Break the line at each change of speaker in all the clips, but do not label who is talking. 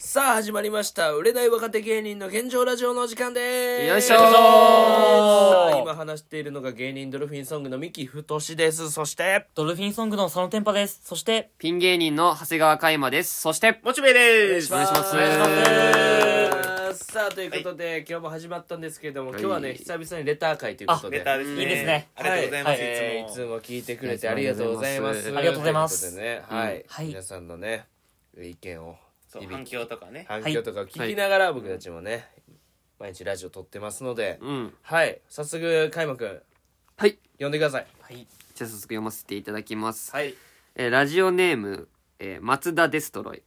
さあ始まりました売れない若手芸人の現状ラジオのお時間です
よいしょー
さあ今話しているのが芸人ドルフィンソングの三木太志ですそして
ドルフィンソングの佐野天パです。そして、
ピン芸人の長谷川海馬です。そして、
モチベです
お願いします。
お願いしま
さあということで、今日も始まったんですけれども、
はい
今日はね久々にレター会ということで
レターですね
いいですね
ありがとうございます、
はい
えー
い
い
つ
つ
も
も聞いてくれてありがとうございます
ありがとうございます
ということでねはい、
はい
皆さんのね意見を
そう
響き
反響とかね
反響とか聞きながら僕たちもね毎日ラジオ撮ってますので、
うん。
はい早速開幕
はい。
呼んでください
はい。
じゃあ早速読ませていただきます。
はい
えーラジオネーム、えー松田デストロイ。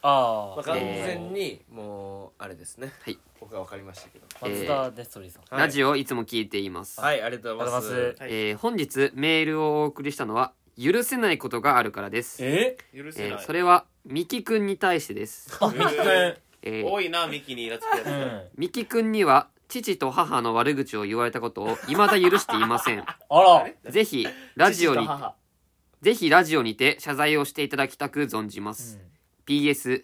ああ、
完
え
全にもうあれですね
はい。
僕は分かりましたけど
えー
松田デストリーさん。
はい
ラジオいつも聞いています。
はいありがとうございます
ありがとうございま
はい
えー本日メールをお送りしたのは、許せないことがあるからです。え
え
許せない
ーそれは、ミキくんに対してです。
あ、ミキくん。
えー
多いなミキにイラつくやつ
う
が
ん。
ミキくんには、父と母の悪口を言われたことを未だ許していません。
あら。
ぜひ、ラジオ
父
に
と、母
ぜひラジオにて謝罪をしていただきたく存じます。PS、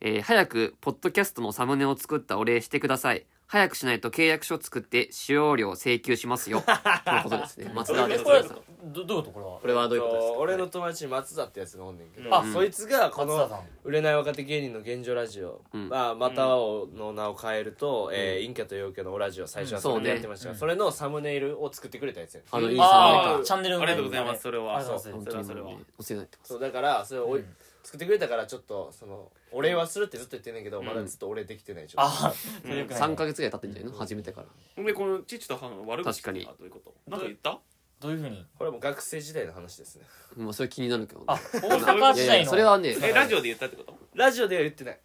えー早くポッドキャストのサムネを作ったお礼してください早くしないと契約書作って使用料請求しますよとのことですね松田
え
で
え、
す
これ、ど、どういうことこ
これはどういうことですか
俺の友達に松田ってやつがおんねんけど、
あ
そいつがこ
松田さ
の
ん
売れない若手芸人の現状ラジオ、
ん
まあ、またをの名を変えると、えー陰キャと陽キャのオラジオ最初は
ん
それ
そうね
でやってましたが、それのサムネイルを作ってくれたやつやねん
あのいい
れは。
サム
あ
ネ
あ、チャンネルの
あ
ね
りがとうございますそれは
ありがとうございま
本
す。
そ
当に
れはそれは
もうねお世話になってます
そうだからそれをおい、作ってくれたからちょっとそのお礼はするってずっと言ってんねんけど、まだずっとお礼できてない状態
あ、それよくない。
3ヶ月ぐらい経ってんじゃないの初めてから
おめえこの父と母の悪
確
口
かに
あどういうことなんか言った
どういうふうに。
これはもう学生時代の話ですね
まあそれ気になるけどね
あ、大阪
いやい
時代
や
の。
それはね
えラジオで言ったってこと
ラジオでは言ってない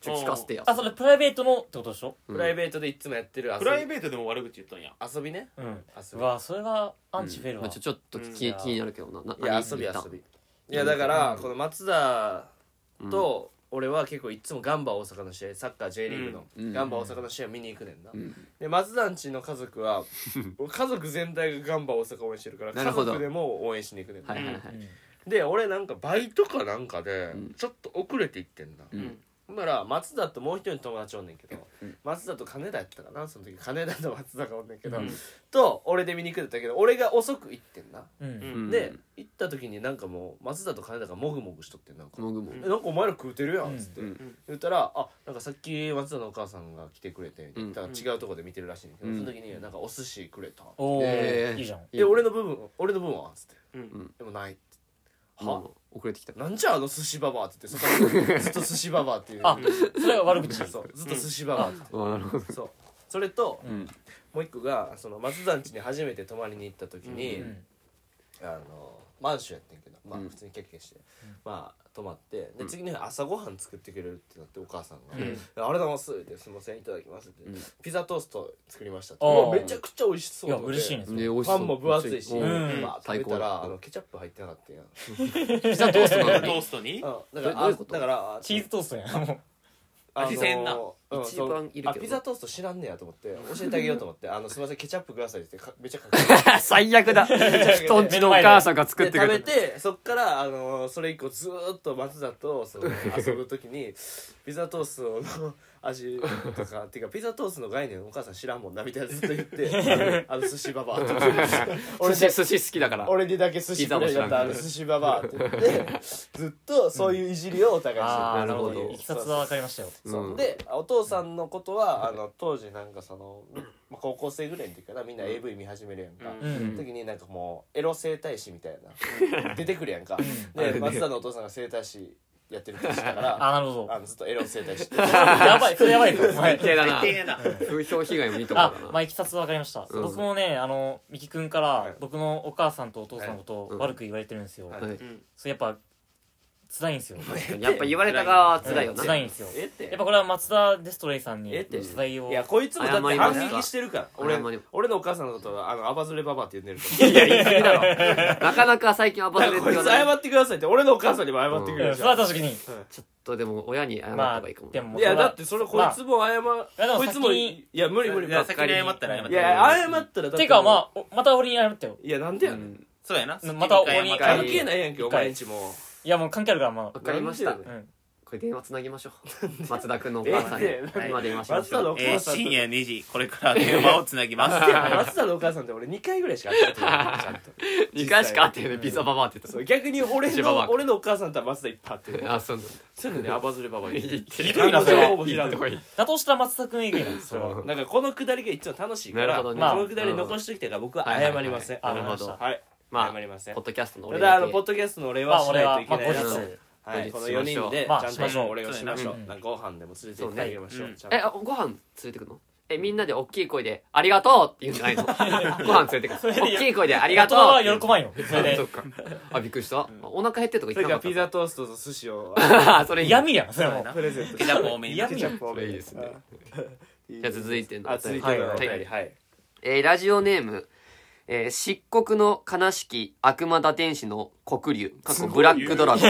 ちょっと聞かせてよ
あ、それプライベートのってことでしょ
う
プ
ん
ライベートでいつもやってる遊び
プライベートでも悪口言ったんや
遊びね
うん。
遊
う
び
わ、それはアンチフェル
まあ
は
ちょ。ちょっと気
うん
気になるけどなない
や
何
遊び
言った
遊びいやだからこの松田と俺は結構いつもガンバ大阪の試合サッカー J リーグの
うん
ガンバ大阪の試合見に行くねんな、
ん
で松田んちの家族 は俺家族全体がガンバ大阪応援してるから
な
家
るほど
族でも応援しに行くねんな
はいはいはい
で俺なんかバイトかなんかで
ん
ちょっと遅れて行ってんな、
うん
ほんなら松田ともう一人の友達おんねんけど、松田と金田やったかなその時金田と松田がおんねんけど、
うん
と俺で見に行くんだったけど俺が遅く行ってんな、
うん。うん。
うん
で行った時になんかもう松田と金田がもぐもぐしとってんなんか、
もぐもぐ
えなんかお前ら食うてるやん」っつって、
うん
言ったら「あなんかさっき松田のお母さんが来てくれて」
うん
だから違うとこで見てるらしいんだけど、
うん
その時に「なんかお寿司くれた」
お
え
ー、
ー
いいじゃん。
で俺の部分俺の分は?」っつって
う
「
ん
でもない」って
まあ
は
遅れてきた
なんじゃあの寿司ババア」って言ってそこからずっと寿司ババアっていう
あ、それは悪口。
そうずっと寿司ババアって言って
あなるほど
そうそれと、
ん
もう一個がその松田ん家に初めて泊まりに行った時に、
うん。
あのマンションやってんけどまあ
うん
普通にキャッキャして、まあ泊まってで次の日朝ごはん作ってくれるってなってお母さんが「
うん
であれだます」って「すいませんいただきます」って、ピザトースト作りました」って
あー
うわめちゃくちゃ美味しそ
いうや、
で
嬉しいね。それ
ね美味しそ
パ
う
ンも分厚いし、
うん
まあ、食べた
最高だ
らあのケチャップ入ってなかったやん、
ピザトースト
ト
なのに
ーストに
うん、だから
どどういうこと
あだから
チーズトーストやん。もう
あの
味せんな
うん
一番いるけど
そうあピザトースト知らんねやと思って教えてあげようと思って「あのすいませんケチャップください」って言ってかめっちゃかけて
最悪だ 人んちのお母さんが作って
で
く
食
れ
べ
た
てそっから、あのーそれ以降ずーっと松田とその遊ぶ時に ピザトーストの味とかっていうかピザトーストの概念お母さん知らんもんなみたいなずっと言って あの寿司ババアと俺
寿
で
司寿司好きだから
俺にだけ寿司くれだったあの寿司ババアって言ってずっとそういういじりをお互いして
ああ、なるほ
そう
ど。
いう
いきさつはわかりましたよ。
そう
うん
でお父さんのことはあの当時なんかその、まあ、高校生ぐらいの時からみんな AV 見始めるやんか、
うん
その時になんかもうエロ整体師みたいな出てくるやんかで松田のお父さんが整体師やってるって知ったか
あ、
ら
なるほど。
あのずっとエロ整体師って
やばい、それやばいぞ、お前。
低だな
最低な
風評被害もいいところ
あ
だな、
まあ、いきさつわかりました。
うん
僕もね、あの、みきくんから
い、
僕のお母さんとお父さんのこと
うん
を悪く言われてるんですよ。
は
はい
うん
それやっぱ、辛いんですよ。
やっぱ言われた側は辛いよな、
辛いんですよ。
えっ
や
て
っぱこれは松田デストレイさんに
えって
取材を。
いやこいつもだって反撃してるから俺
謝ります
俺のお母さんのことはあのアバズレババアって呼んでるからいや
なかなか最近暴れて
こい
る
つ
な
謝
い
ってくださいって俺のお母さんにも謝ってく
う
る
ん、
じ
それ
ゃ
は
ん、
確かに。
ちょっとでも親に謝った
ま
方
あ
がいいかも、、
でも、
いや
それ
だ
は
ってそれこいつも謝、
でも
こいつも
先
いや無理無理
じゃあ先に謝ったら謝った
いや謝ったらだって
てか、まあ、おまた俺に謝ったよ。
いやなんでやねん
そうやな
また
先に
俺に
一回謝ったら
関係ないやんけお前んちも
いや、もう関係あるから、まあ
わ。かりました
なんで
うん。
これ電話つなぎましょう松田君のお母さんに、
ええねえ
はい今電話しま
松
しょ
田
う
のお
えー
母さんと、
深夜2時これから電話をつな ぎます
松田のお母さんって俺2回ぐらいしか会ってないちゃんと
2回しか会ってるねピザババアって言
そ
っ
う逆に俺
一番わ
の
かる
俺のお母さんとは松田いっぱい会ってる
たあそうなんだ
そういうのねアバズレババに
ひ
どいなそれ
情報知らん
どい
だとしたら松田君以外なんですそれは
そうなんかこのくだりが一応楽しいか
なる
ら
ほどね
まあこのくだり残してきたから僕は謝りません
はいはい
はいなるほど
はい
まあ
謝りません
ポッドキャストの
た
俺
だあ
だ
の
け
ポッドキャストのお礼
ま
は
あ
し
俺
な
はい
と
ま
い
あ
けないなとは
後
後日
い
日
この4人で
し
ち
ま
ゃ
しょう
ん
まあしましょ
と
う
お礼をしましょうなんかご飯でも連れて行ってあげましょ
そう
う
ね
ちゃんと
えあご飯連れてくのえみんなで大きい声で「ありがとう」って言うんじゃないのご飯連れてくの
それで
大きい声で「あ
あ
りがとう」
は喜ばん
い
よそれで
っかあびっくりした、お腹減ってるとか
それ
言って
から
な
ピ
かっ
ザトーストと寿司を
た それいい
闇やんそれはもう
プレゼント
ケチャップ多めに
闇
ケチャップ多めに
いいですね
いいですね
じゃあ続いての
あ続いての
はい
お便りはい
えーラジオネーム、えー漆黒の悲しき悪魔打天使の黒竜、過去ブラックドラゴン。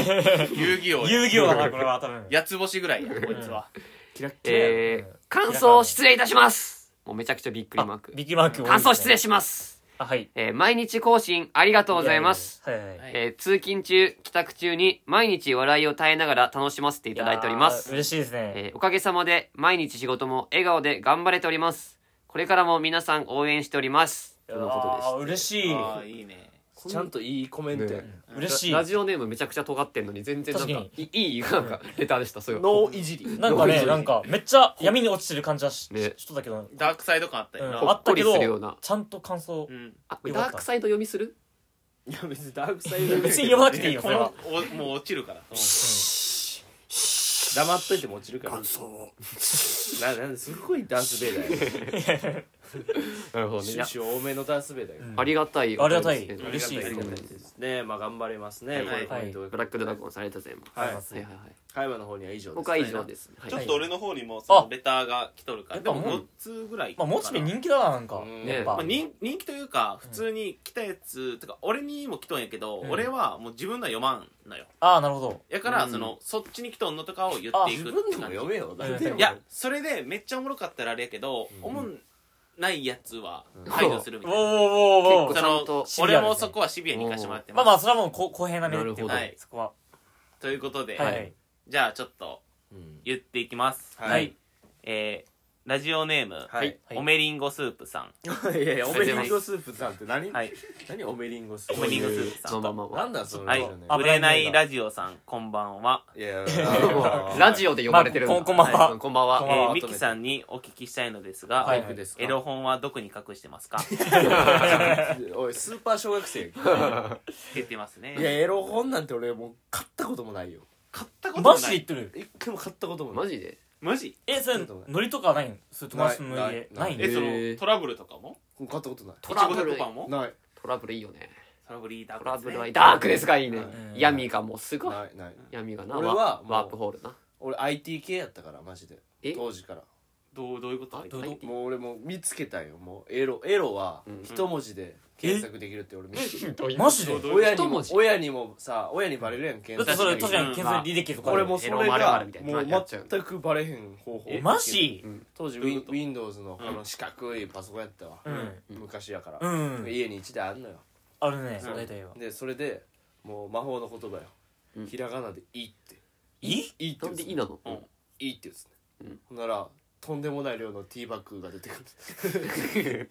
遊戯王
遊戯王だなこれは多分
八つ星ぐらいやこいつは
キラッキラや
えー感想を失礼いたしますもうめちゃくちゃびっくりマーク。
ビッグマーク
感想失礼
し
します
あはい
えー毎日更新ありがとうございます。
はいはいはい
いやいや
えー通勤中、帰宅中に毎日笑いを耐えながら楽しませていただいておりま
やー
す。
嬉しいですね
えーおかげさまで毎日仕事も笑顔で頑張れております。これからも皆さん応援しております。とのことです
あー。嬉しい
ああいいね
ちゃんといいコメントやね
嬉しい
ララジオネームめちゃくちゃ尖ってんのに全然なんか
確
いいいなんかレターでしたそういう
ノーいじり
なんかねなんかめっちゃ闇に落ちてる感じはし
ね
しとったけど
ダークサイド感あったよ
うん
な、
ほ
あ
っ
っ
こ
た
り
け
するような
どちゃんと感想
うん
あこれダークサイド読みする
いや別にダークサイドで
別に読まなくていいよそ
こ
れは
のおもう落ちるから
黙っといても落ちるから感想ななんですごいダンスベイダーや
なるほ
終始多めのダンスベイダーや
ありがたい
ありがたい
ですね
嬉しい
ありがたですねまあ頑張りますね、
はい
こういうコメント
ブラックドラゴンさんありがとうございます
はい
ありがとうござ
はい
い
はい
ます
はい
会話の方には以上です
僕は以上です
ちょ
は
っ
い
と俺の方にもその
あ
レターが来とるから
やっ
で
ぱ
も
もう
5つぐらい
まあモチベ人気だななんか
うん
やっ
ま
ぱ
あ、人人気というか普通に来たやつとか俺にも来とんやけど、
うん
俺はもう自分のは読まんのよ
ああなるほど
やから、
うん
そのそっちに来とんのとかを言
あ
ってい
自
くっ
分
て
でも
感じ
読めよ
うん
なんでも
いやそれでめっちゃおもろかったらあれやけど、おもんないやつは排除するみ
お
た
ー
いな、
おーおー
結構
おー
そ
ちゃんと
シビア
の
です
俺
ね
もそこはシビアに行かせてもらって
ま
ま
あ
す、
まあそれはもうこ公平な目でっていう
なるほど
はいそこは
ということで、
はいはい
じゃあちょっと
うん
言っていきます、
はい
はい
えーラジオネーム、
はい
はい
オメリンゴスープさん、
いやいやおめりんごスープさんって何、
はい、
何おめりんごスープ
オメリンゴスープさ
まあ
ん
まあまあま
なんだその
はい
ラジオネーム
あ
売れないラジオさんこんばんは、
いや
あ ラジオで呼ばれてるんだ
まあこんこんばんは
はいこんばん
こん
え
ばん
は
は
ー、ミキさんにお聞きしたいのですが、
はい
オですか
エロ本はどこに隠してますか
おいスーパー小学生
言ってますね
いやエロ本なんて俺もう買ったこともないよ
買ったこと
マ
も
ジ
な
で言っ
い
てる
一回も買ったこともない
マジで
マジ
えそれ
ちょっと
ノリとかないんそれ友達のノリで
な
ない
ない
いん
え
で
そ
へー
のトラブルとかも
もう買ったことない
トラブル
1500番も
ない
トラブルいいよね
トラブルいいだ
トラブルはいいダークですがいいね
うん
闇がもうすごい
ないない
闇がな
俺は
ワ
もう
ワープホールな
俺 IT 系やったからマジで
え
当時から
どうどういうこと
あどういうこと
もう俺もう見つけたよもうエロエロは
うん
一文字で検索できるって俺見つけた
マジで
どう
親に
一
も
文字
親にもさ親にバレるやん
だっ
検
てそ
索
れ
でき
確
る
かに検索履歴とかある
俺もそれ
エロ
が
丸々みたいな
もう全くバレへん方法
え
マジ
当時ウ
どういう
ィ
こと
Windows のこの四角いパソコンやったわ
うん
昔やから
うん
家に一台あんのよ
あるね大体は
でそれでもう魔法の言葉よ、
うん
ひらがなで「い」って
い
「い」って言う
な
んん
でい
で
いなの
うん
すいいって言うんです
う
ね、ほんならとんでもない量のティーバッグが出てくる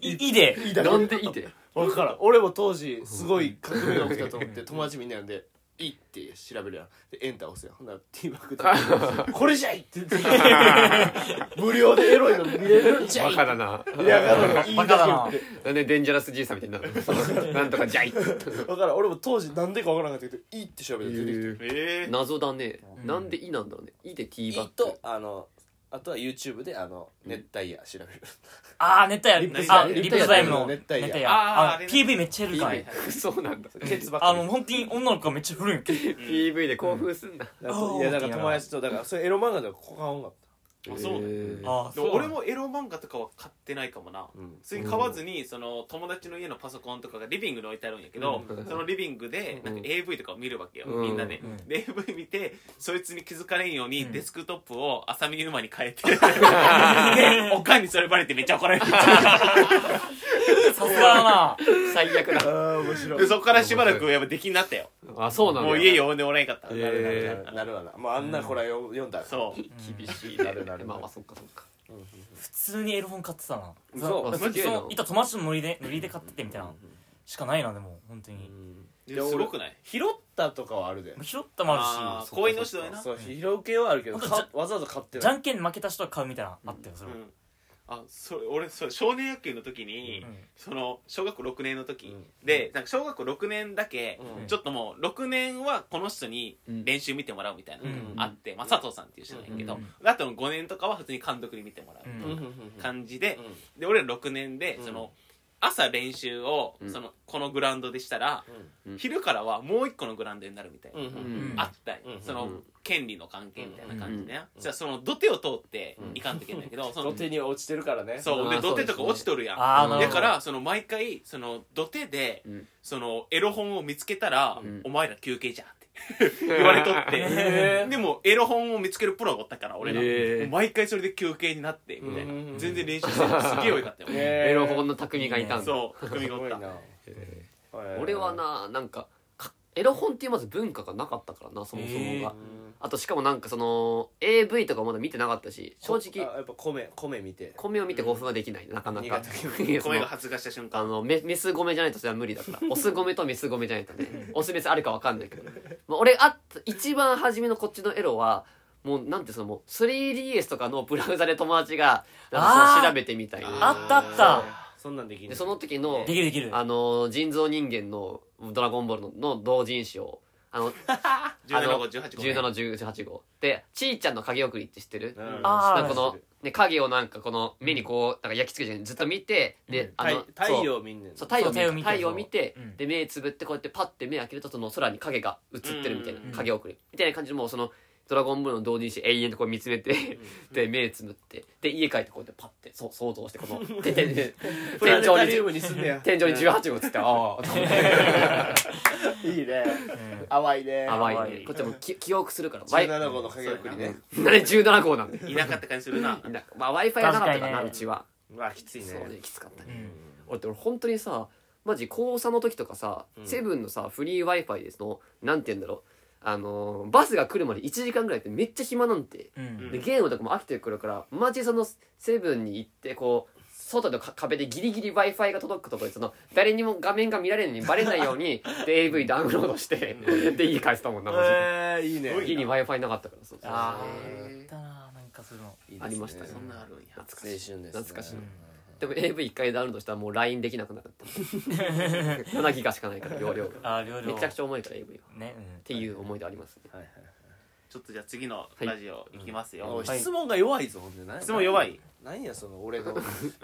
いいで
い
なんでいいで
分からん俺も当時すごい革命が起きたと 思って友達みんな呼んで「い」って調べるやんでエンター押すやんほんならティーバッグ出て くるこれじゃい!」って言って 無料でエロいの見れるんじゃい
バカだな
ひらがなの「い」
バカだ
だ
な
けって
なんでデンジャラスじいさんみたいになるのなんとかじゃい
分からん俺も当時なんでか分からなかったけど「い」って調べたら出てきて
えー、
謎だね、
うん
なんで「い」なんだろうね「い」でティ
い
ーバッ
い
グ
とあのあとは YouTube であの熱帯夜調べる、
ああ熱帯夜
リップスライ
あ
ム
リップスライムの
熱
熱
帯
帯
夜
夜
あー
あ
あれね
PV めっちゃいるから
PV そうなんだ
ケツばっか
あ
り
の本当に女の子がめっちゃ古いんよ
PV で興奮すんだ、
あといやだから友達とだからそれエロ漫画ではここが音楽
あそうね
へー
ああ
でも俺もエロ漫画とかは買ってないかもな
うん
普通に買わずにその友達の家のパソコンとかがリビングに置いてあるんやけど、
うん
そのリビングでなんか AV とかを見るわけよ、
うん
みんなで,、
うん
で AV 見てそいつに気づかれんように
うん
デスクトップを浅見ゆまに変 えて、でおかんにそれバレてめっちゃ怒られる
さすがだな
最悪だ
ああ面白
でそこからしばらくやっぱ出禁になったよ
あそうなんだ
もう家に呼んでもらえんかった
え
なるな
へ
るなるなるわなまああんなこれよ読んだら
そう
厳しい
なるなる
まあまあそっかそっか
普通にエロ本買ってたな
そう
あ
そ
す
の
げえない
た友達のノリでノリで買っててみたいなしかないなでも本当に
い
いや
や
す
俺
ごくない
拾ったとかはあるで
拾ったもあ
あ
る
ー公園の人だよな
そう拾う系はあるけど
なん
か
かじゃ
わざわざ買って
しじゃ
ない
んけん負けた人は買うみたいなあったよそれ
うんあそれ俺それ少年野球の時に、
うん
その小学校6年の時、
う
でなんか小学校6年だけ、
うん
ちょっともう6年はこの人に
うん
練習見てもらうみたいなの
うん
があって、まあ、佐藤さんっていう人なんやけど、
うん
あとの5年とかは普通に監督に見てもら
うんうん
う
うん
感じで
う、ん
で俺ら6年で
うん
その朝練習を
うん
そのこのグラウンドでしたら、
うん
昼からはもう一個のグラウンドになるみたいな、
うんうん
うん
あったり、
うん
そうの
ん
権利の関係みたいな感じでね、
うん
じゃあその土手を通っていかんといけないんだけど、その
土手には落ちてるからね
そう
あー
で土手とか落ちとるやん
ああなる
だ
ほ
か
ど
らその毎回その土手で
うん
そのエロ本を見つけたら
うん
「お前ら休憩じゃん」って言われとって
へー
でもエロ本を見つけるプロがおったから俺ら
へー
もう毎回それで休憩になってみたいな
うんうんうん
全然練習してるすげえ多かったよ
へ
エロ本の匠がいたんだ
そう匠
す
がお
ご
っ
い
た
な
へ
へ
ー
ー
俺はななんかかエロ本っていうまず文化がなかったからなそもそも
へ
う
が
ー
ん
あとしかもなんかその AV とかまだ見てなかったし正直
あやっぱ米米見て
米を見て興奮はできないなかなか
苦手
いや その
米が発芽した瞬
あ
間
のメメス米じゃないとそれは無理だからオス米とメス米じゃないとねオスメスあるか分かんないけど、まあ、俺あった一番初めのこっちのエロはもうなんていうのもう 3DS とかのブラウザで友達がなんかそう
あー
調べてみたいな
あったあった
そんなんできん
でその時の
できるでき る
あの人造人間の「ドラゴンボールの」の同人誌をあの
17号18号ね
1718号でちーちゃんの影送りって知ってる、
あー
なんかこの、ね、影をなんかこの目にこうなんか焼き付けてずっと見て、
う
で
ん
あの
太太陽見んねんな
そう太陽
そう
見て太
太陽
陽
見
見
て
て、
そううん
で目つぶってこうやってパッて目開けるとその空に影が映ってるみたいな、
うん
影送りみたいな感じでもうその「ドラゴンボール」の同人誌永遠とこう見つめて、で目つぶってで家帰ってこうやってパッてそう想像してこの 手で、で
プラ
天
ネタ
井
リウ
に
ムに住んでや
天井に18号映ってああと思って
いいね
うん
淡いね
淡
淡
い
い
ねこっちはもうき 記憶するから
17号の影送りね
なんで17号なんだよ
田舎って感じするな
なんかまあ w i f i がなかったからな、
確かにね
うちは
うわきついね
そうねきつかったね、
うん
俺って俺本当にさマジ高3の時とかさ、
うん
セブンのさフリー w i f i ですのなんて言うんだろうあのーバスが来るまで1時間ぐらいってめっちゃ暇なんて、
うん
でゲームとかも飽きてくるからマジそのセブンに行ってこう外のか壁でギリギリ w i f i が届くところでその誰にも画面が見られるのにバレないよう にで AV ダウンロードしてで家帰ってたもんなマジで
えーいいね
家に w i f i なかったからそうそう
あ
ー
あったななんかそういうの
いいですね
ありましたよ
そんなんあるんや
青春ですね
懐かしい
うん
でも AV1 回ダウンロードしたらもう LINE できなくなるって7ギガしかないから容量が
あー料理
めちゃくちゃ重いから AV はっ
ね
ていう思い出ありますね
はいはい
ちょっとじゃあ次のラジオいきますよ
おい
はい
質問が弱いぞほんでな
質問弱い
何やその俺の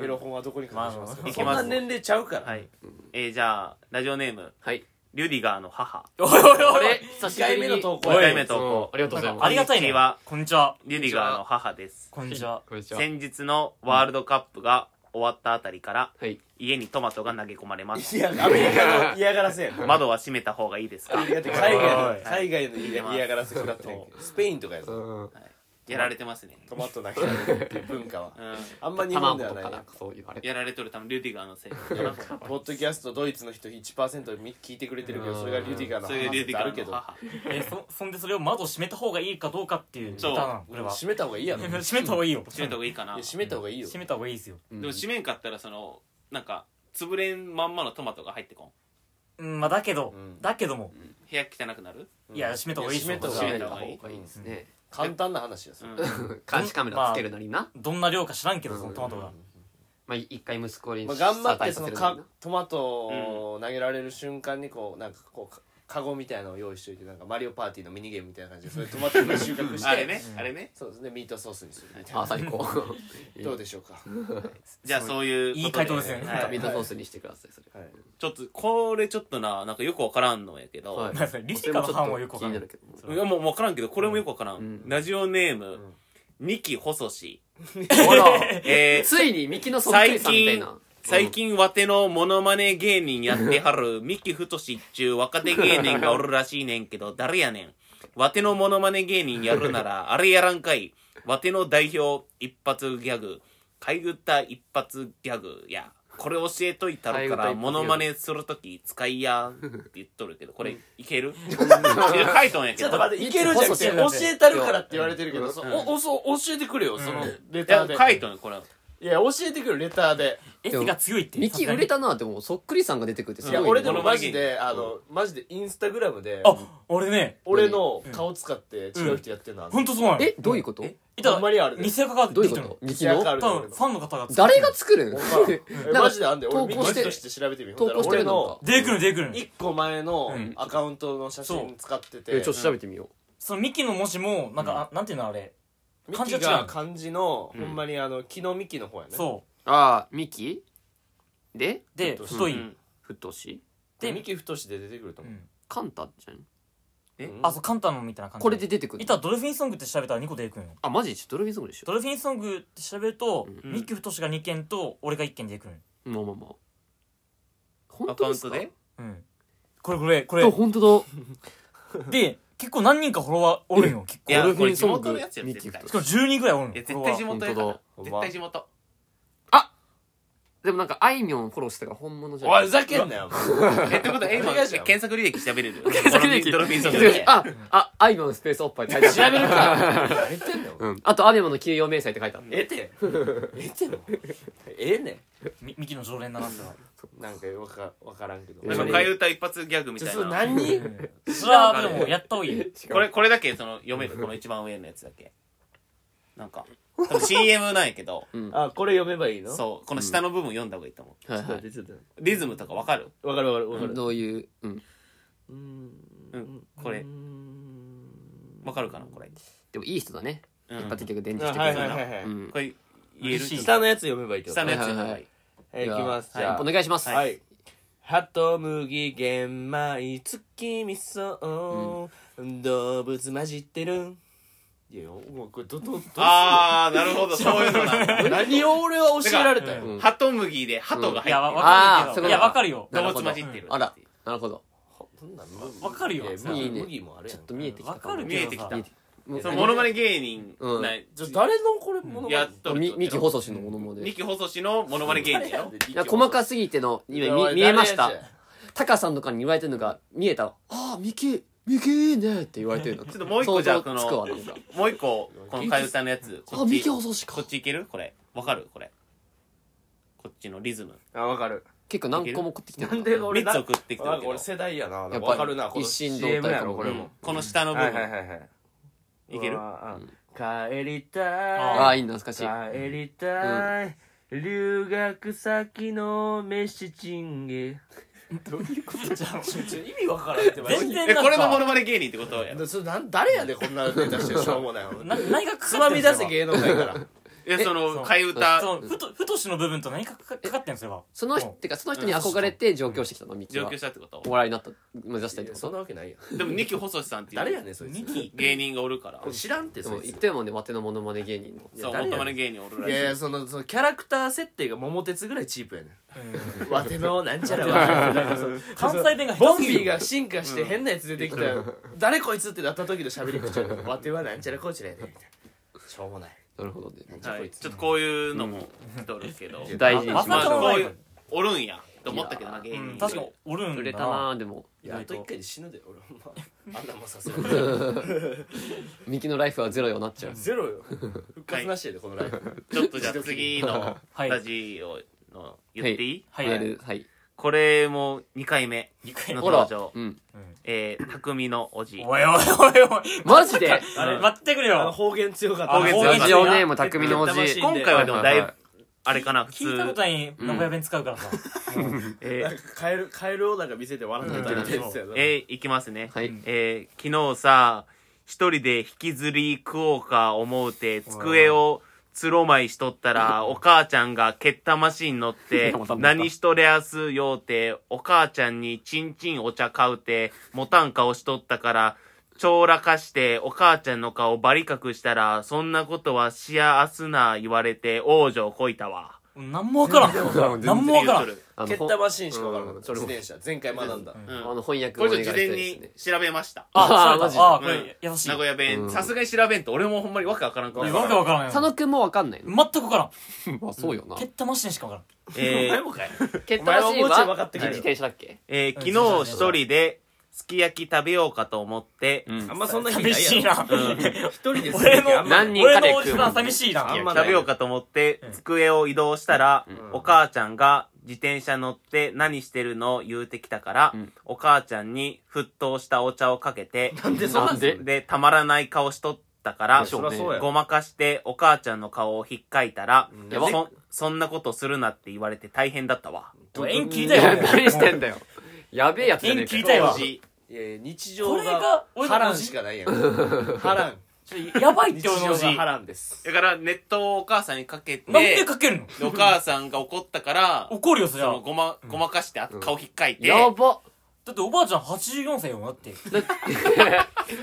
エロ本はどこに隠します
ま
か
あ
そんな年齢ちゃうから
はいえーじゃあラジオネーム
はい
リュディガーの母
うんおいおい
あ
お
れ
い
久し
一回
ぶ
目
り
の
に
投稿
おい
一回目の投稿
うんありがとうござい
あ
ま
りがたい
こんに
ね
ちは
こんにちは
リュディガーの母です
こんにちは
すこんにちは
先日のワールドカップが終わったあたりから
はい
家にトマトが投げ込まれます
いやアメリカの嫌がらせやん
窓は閉めた方がいいですか
だって海外
おい
の海外の嫌がらせ食らってるやんけスペインとかやぞ
やられてますね
トマトだけやるっていう文化は
うん
あんま日本
卵
では
と
な
か
い
なんかそういうあれ
やられとる多分リュディガーのせいかな
ポッドキャストドイツの人1%み聞いてくれてるけどそれがリュディガーの
そういうリュディ
話あ
ガ
る
ー
け
の
ど
母
えそ そんでそれを窓閉めた方がいいかどうかっていう
そう
歌なのこれは
閉めた方がいいやろいや
閉めた方がいいよ
閉めた方がいいかな
閉めた方がいいよ
閉めた方がいいですよ
う
で
ん
も閉めんかったらそのなんか潰れんまんまのトマトが入ってこん
うんまあだけど
うん
だけども
部屋汚くなる
うん
いや閉めた方がいいです
い
よ
や閉めた
閉め
方が
た方
いい
がいいですね
簡単な話やそれ
うん
監視カメラつけるなりな
どんな量か知らんけどそのトマトが
まあ一回息子に
まあ、頑張ってそ
再
の
逮捕するなり
かトマトを投げられる瞬間にこうなんかこうかカゴみたいなのを用意しておいてなんかマリオパーティーのミニゲームみたいな感じでそれトマトを収穫して
あれねあれね
そうですねミートソースにするみたい
なあ
な
最高
どうでしょうか、
じゃあそういうこと
いい回答ですね
はい
ミートソースにしてくださいそれ
はい、
ちょっとこれちょっとななんかよくわからんのやけど、
はい
まあそれリシカの班はよくわ
気
かん
に
な
ないるけども
いやもう分からんけどこれもよく分からん、
うん
ラジオネーム、ミキ細し
ほら
え ー
ついにミキのそっくりさんみたいな
最近ワテのモノマネ芸人やってはるミキ太しっちゅう若手芸人がおるらしいねんけ ど誰やねんワテのモノマネ芸人やるならあれやらんかいワテの代表一発ギャグ買いぐった一発ギャグやこれ教えといたるからモノマネするとき使いやって言っとるけどこれい けるいや書いとんやけ
ちょ
ど
っと待って、いけるじゃなくて、
細
教
くて
えたるからって言われてるけど、そ
ん
おおそ教えてくれよ、そのレ
い
ター
や
で。
書いとんやこれ
いや、教えてくれよ、レターで。
エッが強いって
ミキ売れたなでもそっくりさんが出てくるってす
い
ごい、
や、
ね、
俺でも
物ま
マ
ね
ジで、あの、マジでインスタグラムで、
あ俺ね
俺の顔使って違う人やってるのあんの
本当そうなの
えどういうこと
いた
ほんまにあるで
偽アカが
どう
で
いうこ
きてるの
とミキ
偽アカあ
の
るで俺
多分ファンの方が
誰が作る
ほ
ん
んまえマジであんで
投
俺ミッ
稿し
キー
て
として調べてみる
投稿してるのか
出てくる出てくる
1個前の
うん
アカウントの写
そう
真使ってて、
えちょっと調べてみよ
そのミキの文字もなんか、あなんていうのあれ
ミキが漢字の、ほんまにあの木のミキの方やね
そう
ああミキで
うで
太い
太い、
うん
ふとし
で
で
ミキ太しで出てくると
う
思
ん
カンタじゃん
うん
あそうカンタのみたいな感じ
これで出てく
い
る
たドルフィンソングって調べたら2個出てくるの
あマジドルフィンソングでしょ
ドルフィンソングって調べると、
うん
ミッキー太が2件と俺が1件出てくる
まあまあまあ
ア
本
カ
当
ウ
で
ン
す
ト
か
で
のうんこれこれこ
あ
れ
本当だ
で結構何人かフォロワーおるんよ結構
いや
ドルフィンソン
これ地元の
グ
やつや
ミキふ
絶
と
対
し
し
かも10人ぐらいおるん
い
よ
や絶対地元やか
本
ら
当だ
絶対地元
でもなんかあいみょんフォローしてたから本物じゃ
お
ない
いふざけんなよお
えってことはえ今
お願いします
検索履歴調べれる
検索履歴
ドルフィンソングで
あああいみょんスペースおっぱいって書いてあ
前調べる
る
か何言ってんの
うんあとアベマの休養明細って書いてある
ええてええての ええね
ミミキの常連だなそれは
んなんかわかわからんけど
え
なんか替え歌一発ギャグみ
ち
た
ょ
い
それ
な
何人
それはでもやった方がいいよ
これこれだけその読めるこの一番上のやつだけなんか多分 CM なんやけど
あこれ読めばいいの
そうこの下の部分読んだ方がいいと思
はいは
はい
い
ちょっと
うリズムとかわかる
わかるわかるわかる
どういううん
うんこれわかるかなこれ
でもいい人だね
うん
一発結局伝
あ
授してく
はい
れる
はいは
な
いはい
うん
これ言える
嬉しい
下のやつ読めばいいってこと
下のやつ読めばいい
はいはい
はいいきますじ
じゃ
ゃ
あ
あ
お願いします
はい。鳩麦玄米月味噌、動物混じってるいやもうこれどどどうすんの
あーなるほど そういうのな
何を俺は教えられたよ、
うん
ハト麦でハトが
い
入
や
っ
わ
あ
わ
て
ー
か
そ
る
ういうこと
けどいやわかるよ
る
わか
動物
る
混じってる
あらなるほど
そんなん
わかるよ
いや
さ
麦
いいね
麦もあれや
ち
ん
ょっと見えてきた
わかる
見えてきた
けどさ
もう
そのモノマネ芸人
うん
ない
じゃあ誰のこれもの
やっとる
みミキ細氏のものま
ミ
ね
キ細氏のモノマネ芸人やろ
いや細かすぎての今見見えましたタカさんとかに言われてるのが見えたああミキミキいいねって言われてるのちょ
っともう一個じゃあ
つくわなんか
もう一個この替え歌のやつこ
あ
っ
ミ
ち
キ細氏
こ
か
っちいけるこれわかるこれこっちのリズム
あわかる
結構何個も送ってきて
な
る
ん
んだ
で俺
3
だ
つ送ってきて
な
る
んか
けど
俺世代やな
ぱ
なんかわかるなこの
一心同体
CM やろ
かも
これも、
この下の部
はいはい
分
はいはい
いける
うわあ帰りたい
ああ
あ
いいの懐かしい
帰りたい、留学先の飯チンゲ どういうことじゃん意味わからんって
全然
え
なんか
これのモノマネ芸人ってことやろ
それなん誰やでこんなネタして しょうもない
な何が
つ
つ
まみ出せ芸能界から
えその
そう
替え歌
そうふとふとしの部分と何かかかかってんすよ
その人ってかその人に憧れて上京してきたのミキ
上
は
京したってこと
お笑いになった目指したい
い
って
や
こ
そん
と
なわけないやん
でもニキ細さんっていう
誰やねんそいつ
ニキ
芸人がおるから
知らんって
で
そ
も
い
言っ
つ
てるもんねワテのモノマネ芸人の
いや
そう
誰やねん
元マネ芸人おるら
い
しい
やいやそのそのキャラクター設定が桃鉄ぐらいチープやねんわてのなんちゃら は
関西弁が
ボン
下手す
ビー
ぎる
が進化して変なやつ出てきた ら誰こいつってなった時の喋り口やねんわてはなんちゃらこいつらやねんみたいなしょうもない
なるほどね
や
はいちょっとこういうのも来とるけど
大事にしま
まさ
しょう
まあ
かの
こ
ラ
う
イバ
い
ル
うおるんやと思ったけどな芸
う
人
ん確かにおるんだな
売れたなーでも
いやあと一回で死ぬで俺ほ んまあんなもんさせる
ミキのライフはゼロよなっちゃう
ゼロ よ復活なしやでこのライブ
ちょっとじゃあ次の
はい
ラジオの言っていい
はい
やるはい
これも2回目
二回目
の
ほら
登場
うん
えー匠のおじ
おいおいおいおい
マジで
あれ待ってくれよ
あの方言強かった
方言強かった
ラジオネーム匠のおじ
魂
今回はでもだい
は
ぶ
い
あれかな普
聞いたこ
通
とない名古屋弁使うからさ
え
な
ー
んかカエルカエルをなんか見せて笑ってたみたいなやつやな
えーいきますね
はい
えー昨日さ一人で引きずり食おうか思うて机をつろまいしとった らお母ちゃんが蹴ったマシン乗って
また
何しとれやすようてお母ちゃんにちんちんお茶買うてもたん顔しとったからちょーらかしてお母ちゃんの顔バリカクしたらそんなことはしやあすな言われて王女をこいたわ。
何もわから
然わからん
ん何もわからん
言うとる
あ
蹴っ
ほん
たマシンしか分からなかった
うん
自転車前回学んだ
うん
あの翻訳
これちょっと
お
事
願い
前
したいです
に
ね
調べました
あ
あ
ー
ー
マジ
あーこ
うん
れ優しい
名古屋
うん
弁さすがに調べんと俺もほんまにわけわからんか
い
ら
やわけわからんよ
佐野くんもわかんないの
全くわからん
まあそうよな
蹴ったマシンしかわか
えー
かい
蹴った
お前
ら
は
しい
もうちょい分か
は
ってく
自
れよ
転車だっけ
えー
うん
昨日一人ですき焼き食べようかと思って、
うん
あんまそんな日ない
寂
やろ
しいな
うん一人でする
俺
時あんま
の
何人か
俺
で食うも
の
ん
おじさん寂しいな
あんまない
食べようかと思って
うん
机を移動したら、
ん
お母ちゃんが自転車乗って何してるの言うてきたから、
うん
お母ちゃんに沸騰したお茶をかけて
なんでそんな
なんで
でたまらない顔しとったか
い
ら
やそりゃそうや
ごまかしてお母ちゃんの顔をひっかいたら、
うん
やば
そそんなことするなって言われて大変だったわ
お縁切り
い
だ
や
よ
何してんだよやべえやつじゃねえか
縁切りたいわ
当時
いやいや日
こ
常
れ
が
が俺
波
のお
乱
じ
しかないやん波乱
やばいっ
日
て俺
常
のおじ
が波
な
乱です
だから熱湯をお母さんにかけて
んでかけるの
でお母さんが怒ったから
怒るよそ
そ
りゃ
のごまごまかしてあ
うん
顔ひっかいて、
やば
だっておばあちゃん84歳よだって
だって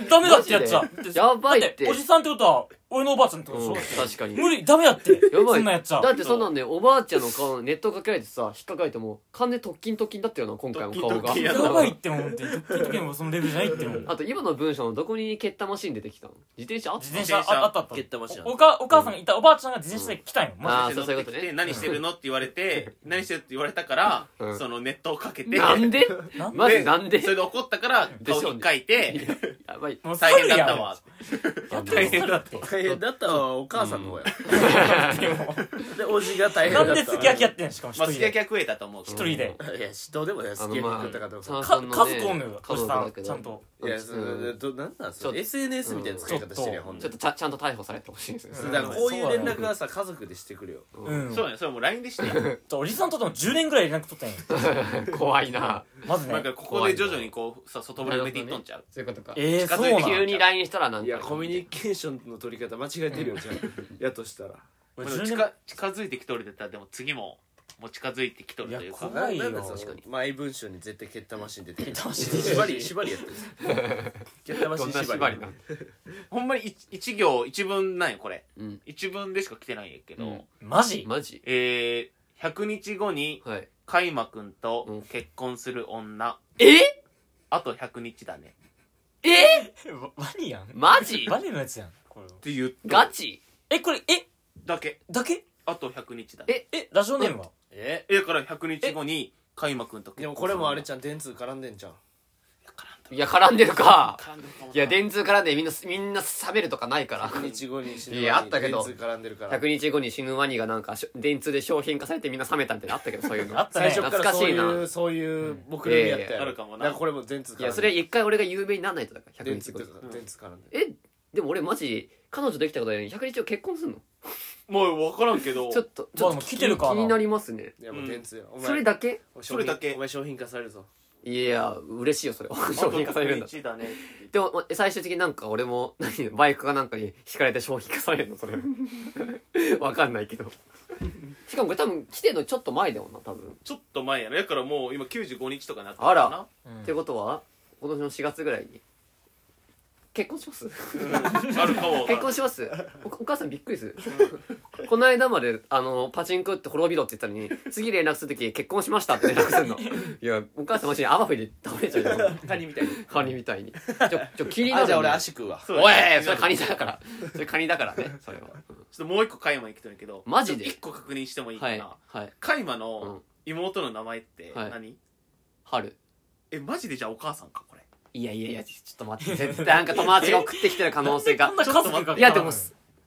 ダメだってやっちゃ
マジで やばいって
だおじさんってことは俺のおばあちゃんってことでし
うん
ょだっ
確
て
かに
無理ダメだって
やば
そ
い
んなんやっちゃ
だってそんなんねおばあちゃんの顔ネットかけられてさ引っかかれても完全に突起ん突起んだったよな今回も顔
突起ん突
が
起ん
やばいってもう本当に時々もそのレベルじゃないってもう
あと今の文章のどこに蹴ったマシン出てきたの自転車あっ
自
た
転車ああったあった
蹴ったマシン
おおかお母さんがいたおばあちゃんが自転車で来たんよマ
あー
乗
そう
ってきて
そういうことね
何してるのって言われて何してるって言われたから、
うん
その熱湯をかけて
なんで
ジでなん
マジなんで
それで怒ったから
でしょ
顔
うね
ひっかいて
やばい
もう
大変だったわ
やってるだって
大変だったわお母さんの方や
でも
でおじが大変
な
だっ
ん
たわ
ですき焼きやってんのしかも一
まあ
人
すき焼き
で
は食えたと思うけ
一
ど
人で
いやどうでもないすき焼き食ったかどう
あ
か
のま
か
そんなね
家族おんのよ
家
おじ
族
さ
だ
ん
けど
ちゃんと
あの
いやそ
うん
れどなんなんす
ちょっ
か
と
SNS みたいな使い方してるやん
うん
ほん
ちょ
と
っとちゃちゃんと逮捕されてほしいですね
う
だ
ん
からこういう連絡はさ家族でしてくるよ
うん
そうやねそれもう LINE でしてよ
おじさんとでも10年ぐらい連絡取ったん よ
怖いな
まず
なん
ね
かここで徐々にこうさ外堀埋めていっとんちゃう
そういうことか
えー
近
そ
づ
う
い
なん
てき
急
て
に LINE したらなん
い
か
やコミュニケーションの取り方間違えてるよじゃあやとしたら
まあ
俺
でも
10
近
年
近づいてきとるって言ったらでも次ももう近づいてきとるという
いや
か
怖いよ
なんだその
確か
マイ文章に絶対蹴ったマシン出てる
蹴ったマシン出てる
縛り縛りやってる 蹴ったマシ
こ
ン
んな縛りな
ほんまに一一行一文なんよこれ
うん
一文でしか来てないんやけど、
うん
マジ
マジ
えー、100日後に
はい
海馬くんと結婚する女、
え
あと100日だね
え
わワニやん
マ ジ
ワニのやつやんこれ
って言う
ガチ
えこれえ
だけ
だけ
あと100日だ
え
ね
えラジオネームは
え
えだから100日後に海馬くんと
でもこれもあれ
ち
ちゃん電通絡んでんじゃん
いや絡んでるか
絡んでるかもない
や電通絡んでみんなみんな冷めるとかないから
100日後に死ぬ
いやあったけど
電通絡んでるから
100日後に死ぬワニがなんかしょ電通で商品化されてみんな冷めたみたいなのあったけどそういうの
あった
最
ね
初からそういうそういう目論みやった
いやい
や
や
ろ
あるかもな
だからこれも全通絡ん
い
で
やそれ一回俺が有名になんないとだから100
電
日
通
後
と
に
か電通絡んでる
えでも俺マジ彼女できたことないのに100日後結婚すんの
もう分からんけど
ちょっとちょっ
まあで
と
も
気
来てるかな
気になりますね
いやもう電通やお前
それだけ
お前
それだけ
お前商品化されるぞ
いや嬉しいよそれは
あと
商品化されるんだ
100日だね
でもま最終的になんか俺も 何バイクかなんかに引かれて商品化されるの それわかんないけどしかもこれ多分来てるのちょっと前だもんな多分
ちょっと前やねだからもう今95日とかなって
あら
な
うん
ってことは今年の4月ぐらいに結婚します
あるかも
結婚しますおお母さんびっくりするこの間まであのパチンコ打って滅びろって言ったのに次連絡する時結婚しましたって連絡する のいやお母さんマジで泡吹いて倒れちゃうよ
カニみたいに
カニみたいにちょちょ気になる
あ
ね
じゃあ俺足食うわ
そう
おい
やね
それカニだからそれカニだからねそれは
ちょっともう一個海馬行きとるけど
マジで
1個確認してもいいか
はい
な
はい
海馬
う
の
ん
妹の名前って
はい
何
春
えマジでじゃあお母さんかこれ
いやいやいやちょっと待って絶対なんか友達が送ってきてる可能 性が
こんな家族が
いやでも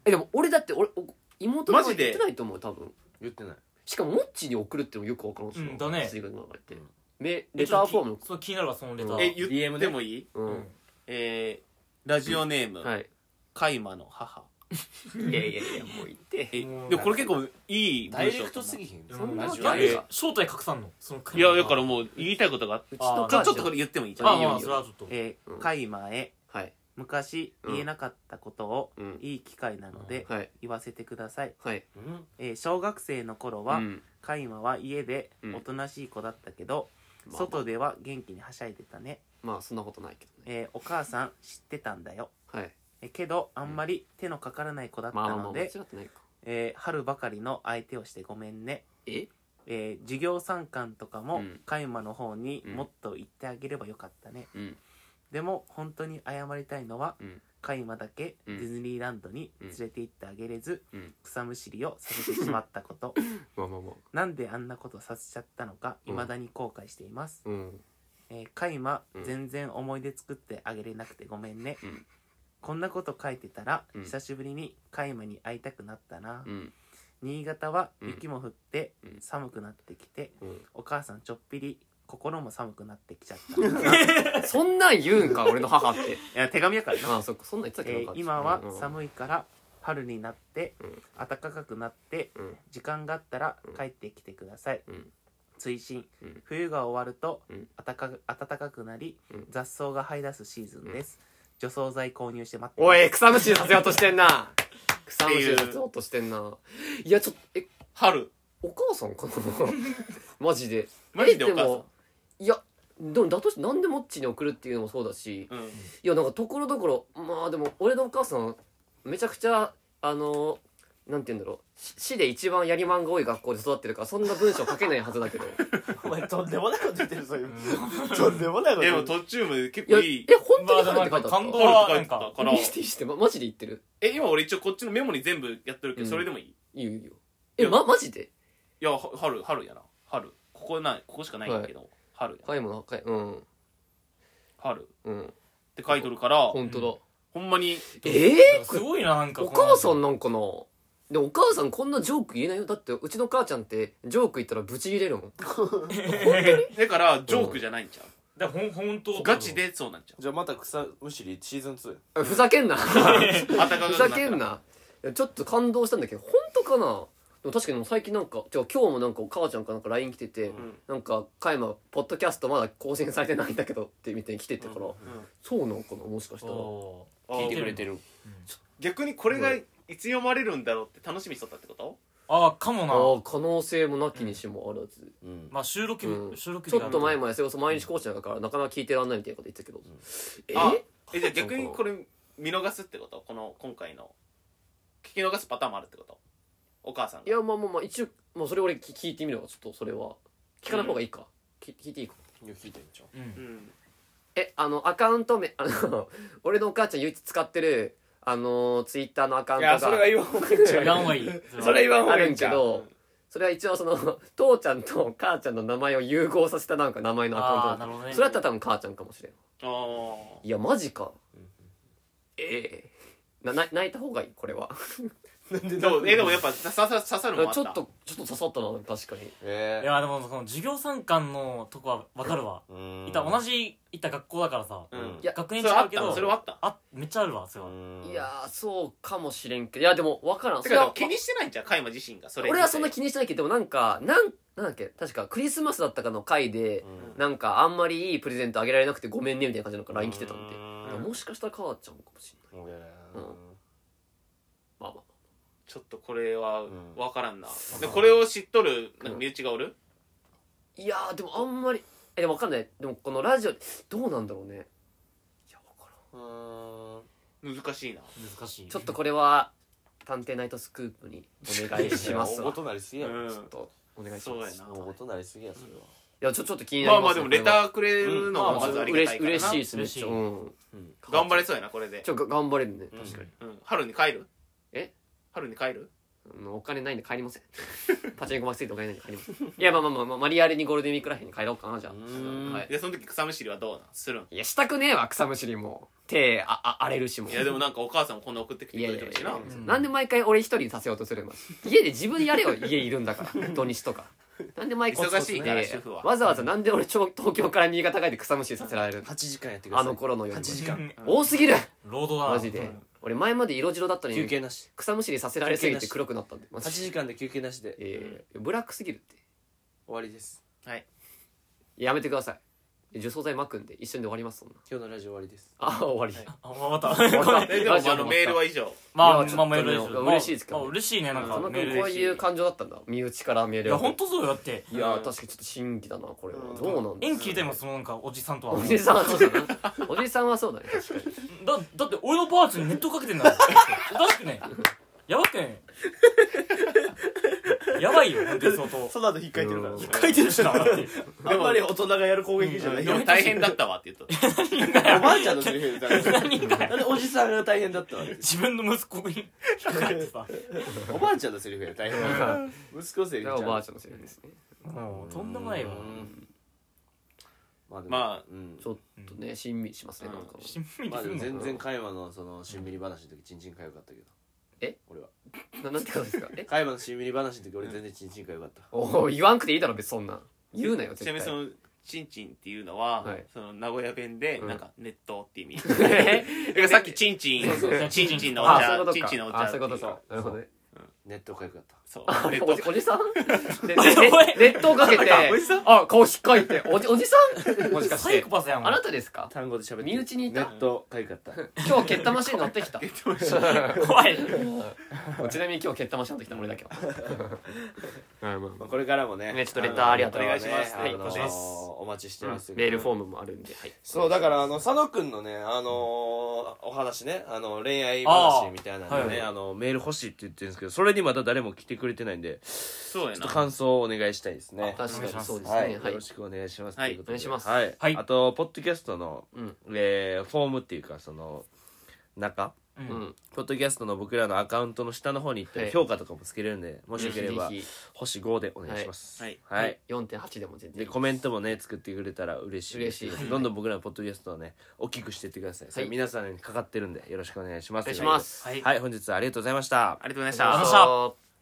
えでも俺だって俺お妹の
マジで
言ってないと思う多分
言ってない
しかもモッチーに送るってのもよくわからんしな
うんだね
追加の流れ
う
って
ん
めレターフォームの
そう気になるわそのレター
うん
え
DM
言っ
ね
てもいい
うん
えーラジオネーム
はい
海馬の母
いやいやいやもう言って
えで
も
も
う
これ結構いい
ダ
文
イ
章
レクトすぎひん
うん
そんな
ラ
ラ
ジ
ジ
オ
オ
ネーム
で
え
正体隠さんのその
いやだかららもう言いたいことがあって
うちの
ちょ
母
ちょっ
ち
と
ゃ
こ
ん
れ言ってもいいじゃ
あ
ん
あ
いいよ
ま
い
あ
い
そ
よ
れはちょっと
え
うん
ー海馬へ
はい
昔
うん
言えなかったことを
うん
いい機会なので
はい
言わせてください、
はい
うん
えー小学生の頃は
うん
カイマは家で
うん
おとなしい子だったけど、
まあ
外では元気にはしゃいでたね、
まあそんなことないけどね
えーお母さん知ってたんだよ
はい
えけどあんまり手のかからない子だった
まあまあまあ
の
間違っ
で
てないか
えー春ばかりの相手をしてごめんね。
え
えー授業参観とか
う
も
ん
海馬の方に
うん
もっと言ってあげればよかったね。
うん
でも本当に謝りたいのは
うん
海馬だけ
う
デ
ん
ィズニーランドに連れて行ってあげれず、
うん
草むしりをさせてしまった こと。
まあまあまあ
なんであんなことさせちゃったのか未だに後悔しています。
うん
えー、カイマ、
うん
全然思い出作ってあげれなくてごめんね、
うん
こんなこと書いてたら、
うん
久しぶりにカイマに会いたくなったな、
うん
新潟は
うん
雪も降って、
うん
寒くなってきて
うん
お母さんちょっぴり心も寒くなってきちゃっ たない
そんなん言うんか俺の母って
や手紙やからな、
ああそっかそんなん言ってたっけ
え
ど
ー今は寒いから春になって、
うん
暖かくなって
うん
時間があったら
うん
帰ってきてください、
うん
追伸、
うん
冬が終わると
うん
暖か暖かくなり、
うん
雑草が生え出すシーズンです、除草剤購入して待って
おい
ます
草むしりさせようとしてんな草むしりさせようとしてんないやちょっとえ
春
お母さんかな マジで
マジでお母さん
えもいやでもだとしてなんでもっちに送るっていうのもそうだし
うん
いやなんかところどころまあでも俺のお母さんめちゃくちゃあのなんて言うんだろうし市で一番やりまんが多い学校で育ってるからそんな文章書けないはずだけ どい
お前とんでもないこと言ってるそういうとんでもないこと
で
言
も
ってる
途中まで結
や
構いい
え本当に
ま
春
あ
っ
な
て
ん
書い
か
てあった
感動
春
は
とか
な
言
ん
ってた
か
か ら
見して見してまマジで言ってる
え今俺一応こっちのメモに全部やってるけど、
うん
それでもいい
いいよいいよ
い
え
や
まマジで
いやは春春やな春ここないここしかないんだけど、春や
赤いもの赤いうん
春っ
うん
て書いとるからほ
本当だ、
んまに
ええ
すごいななんか
お母さ
こ
ん
の
なんかなでもお母さんこんなジョーク言えないよだってうちの母ちゃんってジョーク言ったらブチ切れるもん
だからジョークじゃないんちゃ
でほん本
う、
当
ガチでそうなんちゃ
じゃあまた草むしりシーズン2
あふざけんな
う暖かくなっ
ふざ
た
けんないやちょっと感動したんだけど本当かなでも確かにもう最近なんかじゃあ今日もなんかお母ちゃんからなんか LINE 来てて、
ん
なんか加山ポッドキャストまだ更新されてないんだけどってみたいに来ててから、そうなんかなもしかしたら
おー
聞
聞
い
い
て
てく
くれ
れ
て
て
る
る
逆にこれがいつ読まれるんだろうって楽しみにしとったってこと
ああかも
あ
な
あ可能性もなきにしもあらず、
うん
まあ収録
うん
日収録
ちょっと前
も
までそれこそ毎日コーチだからなかなか聞いてらんないみたいなこと言ってたけど、え
あえじゃあ逆にこれ見逃すってことこの今回の聞き逃すパターンもあるってことお母さん
い
が
やまあまあまあ一応、まあ、それ俺聞聞いてみればちょっとそれは聞かない方がいいか、き聞いていいか
よく聞いてんじゃん
うん
えあのアカウント名あの 俺のお母ちゃん唯一使ってるあのツイッターのアカウン
い
ト
やそれは
が
言わんほうがいいんちゃう
いら んわいい
それは言わんほう
あ
がい
る
いん
ん
ち
け
ゃう
どそれは一応その 父ちゃんと母ちゃんの名前を融合させたなんか名前のアカウント
あーなるほどね
それだったら多分母ちゃんかもしれん
ああ
いやマジかええなな泣いた方がいいこれは
なんで
でもえでもやっ
ぱ
ぱ刺さ刺さるのもあっ
ち
た
ょっとちょっと刺さったな確かに
え
いやでもその授業参観のとこはわかるわ
ー
いた同じいた学校だからさ
うん
うん
いや
学
そ
年
れ
違
あ
う
っ
け
た
ど
それはあった
あめっちゃあるわそれは
うん
いやーそうかもしれんけどいやでも分からん
て
それは
か気にしてないんじゃんカイマ自身がそれ
俺はそんな気にしてないけどでもなんかなんなんだっけ確かクリスマスだったかの回で、
う
なんかあんまりいいプレゼントあげられなくてごめんねみたいな感じのから LINE 来てたんで、
う
もしかしたら母ちゃんかもしれない
うん
まあまあ
ちょっとこれは
うん
分からんな、
ん
でこれを知っとるなんか身内がおる、
いやーでもあんまりえでも分かんないでもこのラジオどうなんだろうねいや分からん
うん
難しいな
難しい
ちょっとこれは探偵ナイトスクープに お願いします
大ご
わ
となりすぎやろ
うん
ちょっと
お願いし
そう
ま
や
す
ない
大ごとなりすぎやそれは
やちょちょっと気にな
まあ
り
ま
ま
あ
す
でも
ね
レターくれるのは
うん
まずありがたいからな、
嬉しいですね
嬉しい
ちょうん
うん
頑張れそうやなこれで
ちょが頑張れるね
確かに
うん、春に帰る
え
春に帰る
あのお金ないんで帰りません パチンコ巻きついてお金ないんで帰りません いやまあまあまあ、まあ、マリアレにゴールデンウィークらへんに帰ろうかなじゃあ
うーん
はい
でその時草むしりはどうなんするん
いやしたくねえわ草むしりも手ああ荒れるしも
いやでもなんかお母さんもこんな送ってきて
い
く
やい
れ
やい
て
や
るしな
うん
なんで毎回俺一人にさせようとするの家で自分でやれよ家いるんだ から土日とかなんで毎回
忙しいから主婦は
わざわざなんで俺ちょ東京から新潟帰って草むしりさせられるの
8時間やってくださ
あ
い
の頃のよりも
8時間
多すぎる
労働だ
マジで俺前まで色白だったの
休
に
憩なし
草むしりさせられすぎて黒くなったんでマ
8
ジで
時間で休憩なしで終
えーブラックすぎるって
わりです
はい
やめてください除草剤まくんで一緒にで終わりますそんな
今日のラジオ終わりです
ああ終わり
あまた
えでも
ラジオ
あ
も
のメールは以上
ま
い
あ
やちょっとね
まあメールでしょ
嬉しいですけど
まあまあ嬉しいねなん
佐
か
野
メー
君
ル
こう
嬉しい
いう感情だったんだ身内からメー
い
ル
や
を
本当そうよだって
いやー確かにちょっと新規だなこれはどうなんだ
縁聞いたよそのなんかおじさんとは
おじさんはそうだなおじさんはそうだね確かに
だだって俺のパーツにネットかけてんだもんおかしくねやばくね深いよ本当に 相当
その後引っかいてるから
うん
書いてるしなだって
あんまり大人がやる攻撃じゃない
で
よ
も大変だったわって言った。
おばあちゃんのセリフだ からなんでおじさんが大変だった わけ
自分の息子に引っかかってさ
おばあちゃんのセリフや大変だから息子セリ
じゃ
フ
あおばあ
ち
ちゃんのセリフですね
もうとんでもないわ
ゃんまあ
まあ、
でもうん
ちょっとねしんみりしますね
うん
なんか
しんみり
まあ
す
で
る
も
んだ
全然加山のそのしんみり話の時ちんちんかよかったけど
え
俺は
ななんてことですかえ
加山のしんみり話の時俺全然ちんちんかよかった
おお言わんくていいだろ別にそんなん言うなよ
ち
絶
なみ
対
にその、チンチンっていうのは、
はい
その名古屋弁で、
うん
なんか、熱湯っ て意味。
え
だからさっきチンチン
そうそうそう、
チンチンのお
あそうい
茶
うこ、
チ
と
ン
か
チンのお茶
あ
っ
そ
て
うい
い
うこ
う。
とかなるほどね
ネットかよかった
そう。
あ
熱
おじ
湯
おじさんで
おい
で熱湯かけて
おじさん
あ顔ひっかいておじおじさんもしかし
サイ
て
コパスやん
あなたですか
単語で喋って
身内にいた
ネットかよかった
今日蹴ったマシン乗ってきた
怖い
ちなみに今日蹴ったマシン乗ってきた俺 だけど
まあこれからもね
ねちょっとレターありがとう
お
ご
願
ざ
い
い
し
ます
ます
はい
あの
お願いし
ー
ます
お待ちしてます
メールフォームもあるんではい
そうだからあの佐野くんのねあのーお話ねあの恋愛話みたいなの
あーは
ね
い
あのメール欲しいって言ってるんですけどそれにまだ誰も来てくれてないんでち
そうや
ょっと
な。
感想をお願いしたいですね
確かにそうですね
は
はいい、
よろしくお願いします
はい
とうことで
お願いします
はい
はい
あとポッドキャストの
うん
えーフォームっていうかその中
う
うんん
ポッドキャストの僕らのアカウントの下の方に行って
はい
評価とかもつけれるんでもしよければ
ぜひぜ
星5でお願いします
はい
はい
4.8でも全
で
然
コメントもね作ってくれたら嬉しいです
嬉しい
どんどん僕らのポッドキャストをね大きくしていってください、それ皆さんにかかってるんでよろしくお願いします
お願いします
はい
はい本日はありがとうございました
ありがとうございまし。
ありがとうございましたた